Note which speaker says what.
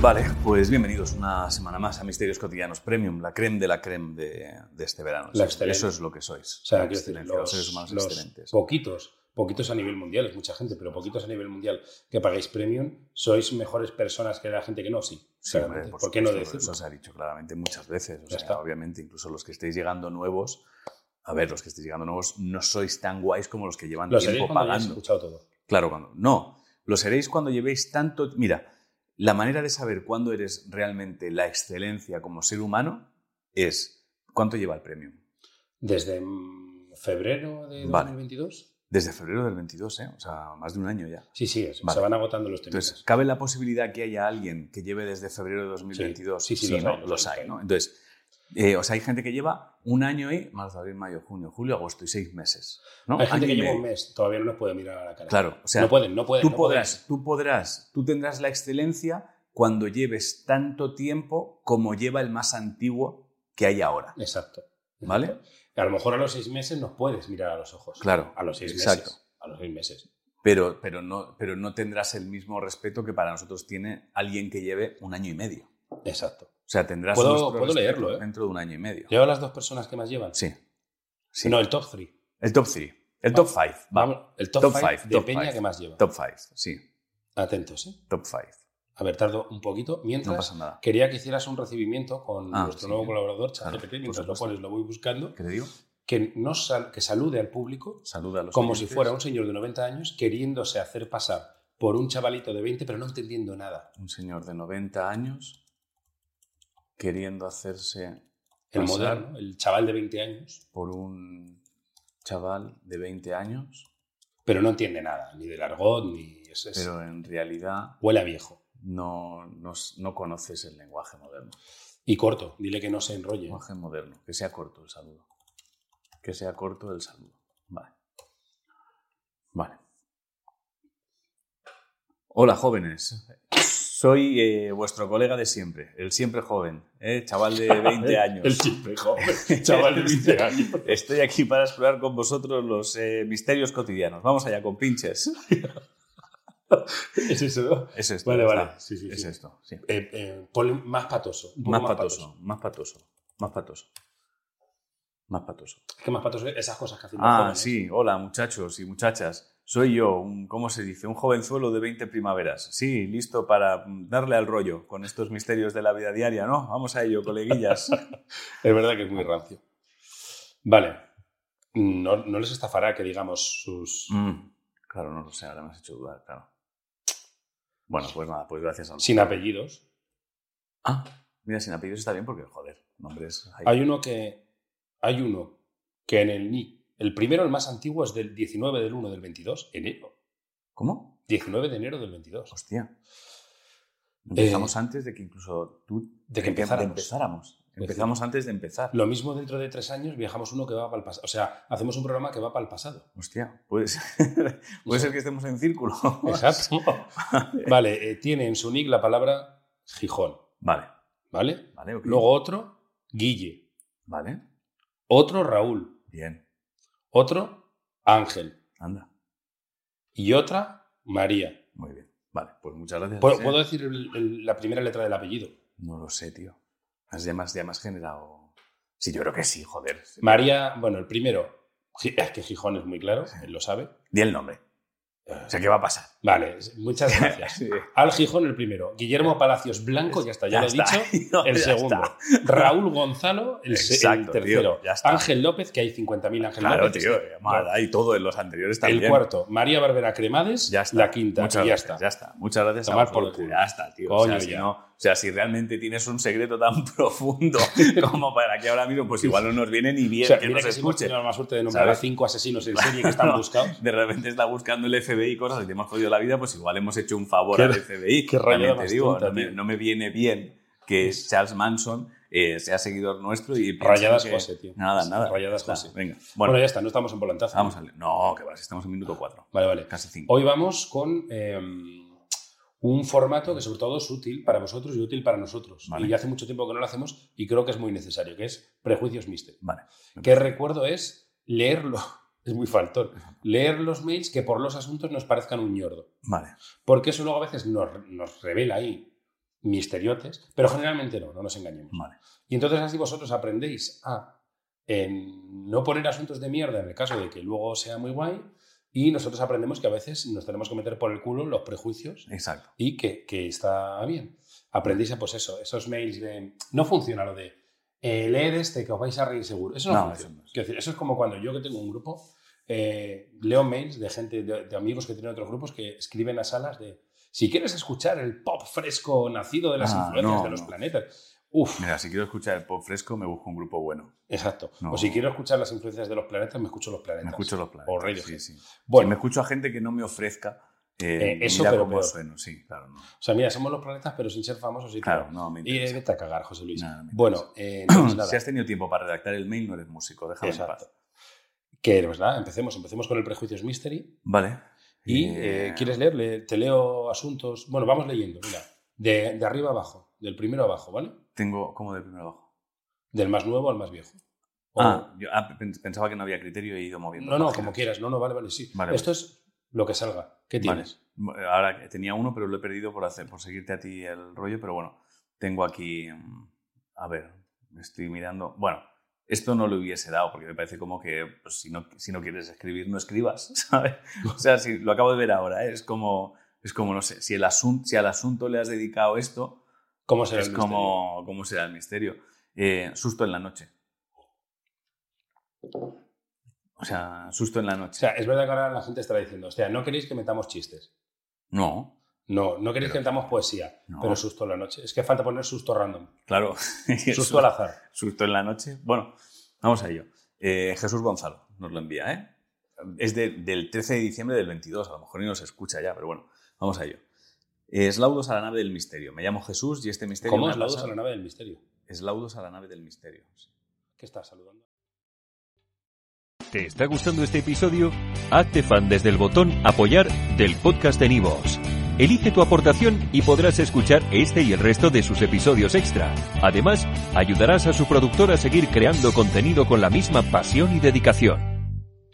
Speaker 1: Vale, pues bienvenidos una semana más a Misterios Cotidianos Premium, la creme de la creme de, de este verano. Eso
Speaker 2: La
Speaker 1: es-
Speaker 2: excelencia.
Speaker 1: Eso es lo que sois.
Speaker 2: O sea,
Speaker 1: la
Speaker 2: quiero decir,
Speaker 1: excelencia, los,
Speaker 2: los,
Speaker 1: seres humanos
Speaker 2: los
Speaker 1: excelentes.
Speaker 2: poquitos, poquitos a nivel mundial, es mucha gente, pero poquitos a nivel mundial que pagáis premium, sois mejores personas que la gente que no, sí.
Speaker 1: Sí,
Speaker 2: claramente.
Speaker 1: hombre,
Speaker 2: ¿Por,
Speaker 1: por
Speaker 2: qué no
Speaker 1: supuesto,
Speaker 2: decirlo?
Speaker 1: Eso se ha dicho claramente muchas veces. O sea,
Speaker 2: Ya está.
Speaker 1: obviamente, incluso los que estáis llegando nuevos, a ver, los que estáis llegando nuevos no sois tan guays como los que llevan
Speaker 2: Lo sabéis
Speaker 1: tiempo
Speaker 2: cuando hayáis
Speaker 1: pagando.
Speaker 2: escuchado todo.
Speaker 1: Claro, cuando. No, lo seréis cuando llevéis tanto. Mira, la manera de saber cuándo eres realmente la excelencia como ser humano es cuánto lleva el premium.
Speaker 2: Desde mm, febrero de
Speaker 1: Vale.
Speaker 2: 2022.
Speaker 1: Desde febrero del 22, ¿eh? o sea, más de un año ya.
Speaker 2: Sí, sí, es-
Speaker 1: Vale.
Speaker 2: se van agotando los temas.
Speaker 1: Entonces, ¿cabe la posibilidad que haya alguien que lleve desde febrero de 2022?
Speaker 2: Sí, sí, los
Speaker 1: ¿no?
Speaker 2: hay, los hay,
Speaker 1: ¿no? Entonces, eh, o sea, hay gente que lleva un año y marzo, abril, mayo, junio, julio, agosto y seis meses. ¿no?
Speaker 2: Hay gente
Speaker 1: Año
Speaker 2: que
Speaker 1: y
Speaker 2: lleva un
Speaker 1: medio.
Speaker 2: mes, todavía no nos puede mirar a la cara.
Speaker 1: Claro, o sea,
Speaker 2: no pueden, no pueden.
Speaker 1: tú
Speaker 2: no pueden.
Speaker 1: podrás, tú podrás, tú tendrás la excelencia cuando lleves tanto tiempo como lleva el más antiguo que hay ahora.
Speaker 2: Exacto.
Speaker 1: ¿Vale?
Speaker 2: A lo mejor a los seis meses nos puedes mirar a los ojos.
Speaker 1: Claro.
Speaker 2: A los seis
Speaker 1: Exacto.
Speaker 2: meses. A los seis meses.
Speaker 1: Pero, pero, no, pero no tendrás el mismo respeto que para nosotros tiene alguien que lleve un año y medio.
Speaker 2: Exacto.
Speaker 1: O sea, tendrás
Speaker 2: Puedo-
Speaker 1: nuestro
Speaker 2: puedo
Speaker 1: respeto
Speaker 2: leerlo, ¿eh?
Speaker 1: dentro de un año y medio.
Speaker 2: Leo a las dos personas que más llevan.
Speaker 1: Sí. Sí.
Speaker 2: No, el top three.
Speaker 1: El top 3. El
Speaker 2: Va-
Speaker 1: top 5.
Speaker 2: Vamos, el top,
Speaker 1: Top
Speaker 2: five
Speaker 1: five,
Speaker 2: de
Speaker 1: top
Speaker 2: Peña
Speaker 1: five.
Speaker 2: que más lleva.
Speaker 1: Top 5. Sí.
Speaker 2: Atentos, ¿eh?
Speaker 1: Top 5.
Speaker 2: A ver, tardo un poquito.
Speaker 1: No
Speaker 2: Mientras,
Speaker 1: pasa nada.
Speaker 2: quería que hicieras un recibimiento con
Speaker 1: Ah,
Speaker 2: nuestro
Speaker 1: sí.
Speaker 2: nuevo colaborador,
Speaker 1: Claro,
Speaker 2: ChatGPT,
Speaker 1: por
Speaker 2: mientras lo
Speaker 1: supuesto.
Speaker 2: pones, lo voy buscando,
Speaker 1: ¿Qué te digo?
Speaker 2: que, nos sal- que salude al público
Speaker 1: Saluda a los
Speaker 2: como si
Speaker 1: oyentes.
Speaker 2: fuera un señor de 90 años queriéndose hacer pasar por un chavalito de 20, pero no entendiendo nada.
Speaker 1: un señor de 90 años queriendo hacerse
Speaker 2: El
Speaker 1: Pasar.
Speaker 2: moderno, el chaval de 20 años,
Speaker 1: por un chaval de 20 años,
Speaker 2: pero no entiende nada, ni del argot, ni... Es, es-
Speaker 1: pero en realidad
Speaker 2: Huele a viejo.
Speaker 1: no, no, no conoces el lenguaje moderno.
Speaker 2: Y corto, dile que no se enrolle.
Speaker 1: Lenguaje moderno. Que sea corto el saludo. Que sea corto el saludo. Vale. Vale. Hola, jóvenes. Soy eh, vuestro colega de siempre, el siempre joven, ¿eh? chaval de 20
Speaker 2: El
Speaker 1: años.
Speaker 2: siempre joven, chaval de 20 años.
Speaker 1: Estoy aquí para explorar con vosotros los eh, misterios cotidianos. Vamos allá con pinches.
Speaker 2: Es eso, ¿no?
Speaker 1: Es esto.
Speaker 2: Vale,
Speaker 1: ya
Speaker 2: vale.
Speaker 1: está.
Speaker 2: Sí, sí,
Speaker 1: es
Speaker 2: sí.
Speaker 1: esto. sí.
Speaker 2: Eh, eh, ponle más patoso. un poco
Speaker 1: Más, patoso, más patoso, más patoso. Más patoso.
Speaker 2: Es que más patoso esas cosas que hacen los
Speaker 1: Ah,
Speaker 2: jóvenes.
Speaker 1: sí, hola muchachos y muchachas. Soy yo, un, ¿cómo se dice? Un jovenzuelo de 20 primaveras. Sí, listo para mm, darle al rollo con estos misterios de la vida diaria, ¿no? Vamos a ello, coleguillas.
Speaker 2: Es verdad que es muy rancio. Vale. No, no les estafará que digamos sus.
Speaker 1: Mm, claro, no lo sé, ahora me has hecho dudar, claro. Bueno, pues nada, pues gracias a
Speaker 2: sin apellidos.
Speaker 1: Ah, mira, sin apellidos está bien porque, joder, nombres... hay-
Speaker 2: Hay uno que. Hay uno que en el ni. El primero, el más antiguo, es del 19 del 1 del 22. Enero.
Speaker 1: ¿Cómo?
Speaker 2: 19 de enero del 22.
Speaker 1: Hostia. Empezamos antes de que incluso tú...
Speaker 2: Eh. de que empezáramos.
Speaker 1: empezáramos. Empezamos antes de empezar.
Speaker 2: Lo mismo dentro de tres años viajamos uno que va para el pasado. O sea, hacemos un programa que va para el pasado.
Speaker 1: Hostia, pues, puede ser que estemos en círculo.
Speaker 2: Exacto. vale, eh, tiene en su nick la palabra Gijón.
Speaker 1: Vale,
Speaker 2: ¿Vale?
Speaker 1: vale, ok.
Speaker 2: Luego otro, Guille.
Speaker 1: Vale,
Speaker 2: Otro, Raúl.
Speaker 1: bien,
Speaker 2: Otro, Ángel.
Speaker 1: anda,
Speaker 2: Y otra, María.
Speaker 1: muy bien. Vale, pues muchas gracias.
Speaker 2: ¿Puedo,
Speaker 1: ¿eh?
Speaker 2: puedo decir el- el- la primera letra del apellido?
Speaker 1: No lo sé, tío. Has ya más, ya más generado... Sí, yo creo que sí, joder.
Speaker 2: María, bueno, el primero. Gi- Es que Gijón es muy claro, él lo sabe.
Speaker 1: Di el nombre. O sea, ¿qué va a pasar?
Speaker 2: Vale, muchas gracias.
Speaker 1: Sí.
Speaker 2: Al Gijón el primero. Guillermo Palacios Blanco, ya está, ya, lo he
Speaker 1: está.
Speaker 2: dicho.
Speaker 1: No,
Speaker 2: El
Speaker 1: ya
Speaker 2: segundo.
Speaker 1: está.
Speaker 2: Raúl Gonzalo, el, se- el
Speaker 1: Exacto, tío,
Speaker 2: tercero.
Speaker 1: ya está.
Speaker 2: Ángel López, que hay 50.000 Ángel
Speaker 1: Claro,
Speaker 2: López.
Speaker 1: tío. mal, hay todo en los anteriores también.
Speaker 2: El cuarto, María Barbera Cremades,
Speaker 1: Ya está.
Speaker 2: la quinta,
Speaker 1: Muchas
Speaker 2: y ya
Speaker 1: gracias,
Speaker 2: está.
Speaker 1: Ya está. Muchas gracias. a
Speaker 2: Tomar por
Speaker 1: vosotros.
Speaker 2: culo.
Speaker 1: Ya está, tío. o, sea,
Speaker 2: Coño,
Speaker 1: si
Speaker 2: ya.
Speaker 1: no- o sea, si realmente tienes un secreto tan profundo como para que ahora mismo, pues igual no nos viene ni bien
Speaker 2: O sea,
Speaker 1: que
Speaker 2: mira
Speaker 1: nos
Speaker 2: que si hemos
Speaker 1: escuche.
Speaker 2: tenido la mala suerte de nombrar a
Speaker 1: ¿Sabes?
Speaker 2: cinco asesinos en serie que están buscados.
Speaker 1: De repente está buscando el FBI y cosas y te hemos jodido la vida, pues igual hemos hecho un favor
Speaker 2: Qué-
Speaker 1: al FBI.
Speaker 2: qué
Speaker 1: También
Speaker 2: rayada
Speaker 1: te
Speaker 2: más
Speaker 1: digo,
Speaker 2: tonta,
Speaker 1: no, me,
Speaker 2: tío.
Speaker 1: no me viene bien que Charles Manson eh, sea seguidor nuestro y piensen
Speaker 2: Rayadas
Speaker 1: que-
Speaker 2: José, tío.
Speaker 1: Nada, nada.
Speaker 2: Rayadas
Speaker 1: Ya está,
Speaker 2: José.
Speaker 1: Venga.
Speaker 2: Bueno,
Speaker 1: Bueno,
Speaker 2: ya está, no estamos en volantazo.
Speaker 1: vamos a leer. No, que va, si estamos en minuto 4.
Speaker 2: Vale, vale.
Speaker 1: Casi 5.
Speaker 2: Hoy vamos con eh, un formato que sobre todo es útil para vosotros y útil para nosotros.
Speaker 1: Vale.
Speaker 2: Y hace mucho tiempo que no lo hacemos y creo que es muy necesario, que es Prejuicios Mister.
Speaker 1: Vale.
Speaker 2: Que recuerdo es leerlo, es muy faltón, leer los mails que por los asuntos nos parezcan un ñordo.
Speaker 1: Vale.
Speaker 2: Porque eso luego a veces nos, nos revela ahí misteriotes, pero generalmente no, no nos engañemos.
Speaker 1: Vale.
Speaker 2: Y entonces así vosotros aprendéis a eh, no poner asuntos de mierda en el caso de que luego sea muy guay y nosotros aprendemos que a veces nos tenemos que meter por el culo los prejuicios
Speaker 1: Exacto.
Speaker 2: y que, que está bien. Aprendéis a, pues eso, esos mails de... No funciona lo de eh, leer este que os vais a reír seguro. Eso no,
Speaker 1: No,
Speaker 2: funciona.
Speaker 1: eso no es.
Speaker 2: Quiero decir, eso es como cuando yo que tengo un grupo, eh, leo mails de gente, de, de amigos que tienen otros grupos que escriben a salas de... Si quieres escuchar el pop fresco nacido de las
Speaker 1: Ah,
Speaker 2: influencias
Speaker 1: no,
Speaker 2: de los
Speaker 1: no.
Speaker 2: planetas. Uf,
Speaker 1: Mira, si quiero escuchar el pop fresco, me busco un grupo bueno.
Speaker 2: exacto.
Speaker 1: No.
Speaker 2: O si quiero escuchar las influencias de los planetas, me escucho los planetas.
Speaker 1: Me escucho los planes.
Speaker 2: O Radiohead.
Speaker 1: Sí, sí.
Speaker 2: Bueno,
Speaker 1: Si me escucho a gente que no me ofrezca
Speaker 2: Eh,
Speaker 1: eh,
Speaker 2: eso,
Speaker 1: mira
Speaker 2: pero
Speaker 1: cómo
Speaker 2: peor.
Speaker 1: sueno. Sí, claro, no.
Speaker 2: o sea, mira, somos los planetas, pero sin ser famosos y
Speaker 1: Claro,
Speaker 2: tal.
Speaker 1: no, me
Speaker 2: Y eh,
Speaker 1: interesa.
Speaker 2: vete a cagar, José Luis.
Speaker 1: Nada, me
Speaker 2: bueno, eh, entonces, nada.
Speaker 1: si has tenido tiempo para redactar el mail, no eres músico, déjame en
Speaker 2: Exacto.
Speaker 1: paz.
Speaker 2: Que pues nada, empecemos, empecemos con el prejuicios mystery.
Speaker 1: Vale.
Speaker 2: Y
Speaker 1: Eh,
Speaker 2: eh, ¿quieres leer? Le- te leo asuntos. Bueno, vamos leyendo, mira. De, de arriba abajo, del primero abajo, ¿vale?
Speaker 1: Tengo como de primero abajo.
Speaker 2: Del más nuevo al más viejo. O-
Speaker 1: Ah, yo ah, pen- pensaba que no había criterio y he ido moviendo.
Speaker 2: Oh. no, no,
Speaker 1: páginas.
Speaker 2: como quieras. No, no, vale, vale, sí.
Speaker 1: Vale,
Speaker 2: Esto es lo que salga. ¿Qué
Speaker 1: Vale.
Speaker 2: tienes?
Speaker 1: Ahora que tenía uno, pero lo he perdido por, hacer, por seguirte a ti el rollo. Pero bueno, tengo aquí. mm, A ver, estoy mirando. Bueno, esto no lo hubiese dado porque me parece como que pues, si, no, si no quieres escribir, no escribas, ¿sabes? O sea, si, lo acabo de ver ahora. ¿eh? Es como, es como no sé, si, el asun- si al asunto le has dedicado esto,
Speaker 2: ¿Cómo será
Speaker 1: es
Speaker 2: el misterio?
Speaker 1: como. ¿Cómo será el misterio? Eh, susto en la noche. O sea, susto en la
Speaker 2: O
Speaker 1: noche.
Speaker 2: sea, es verdad que ahora la gente estará diciendo, o sea, no queréis que metamos chistes.
Speaker 1: No,
Speaker 2: No, no queréis
Speaker 1: Pero-
Speaker 2: que metamos poesía,
Speaker 1: No.
Speaker 2: pero susto en la noche. Es que falta poner susto random.
Speaker 1: claro.
Speaker 2: Susto al azar.
Speaker 1: Susto en la noche. Bueno, vamos a ello. Eh, Jesús Gonzalo nos lo envía, ¿eh? Es de- del 13 de diciembre del 22, a lo mejor ni nos escucha ya, pero bueno, vamos a ello. Eh, Eslaudos a la nave del misterio. Me llamo Jesús y este misterio.
Speaker 2: ¿Cómo
Speaker 1: me
Speaker 2: es
Speaker 1: ha
Speaker 2: la dos a
Speaker 1: pasado-
Speaker 2: la nave del misterio?
Speaker 1: Eslaudos a la nave del misterio.
Speaker 2: ¿Qué estás saludando?
Speaker 3: ¿Te está gustando este episodio? Hazte fan desde el botón Apoyar del podcast de Nivos. Elige tu aportación y podrás escuchar este y el resto de sus episodios extra. Además, ayudarás a su productor a seguir creando contenido con la misma pasión y dedicación.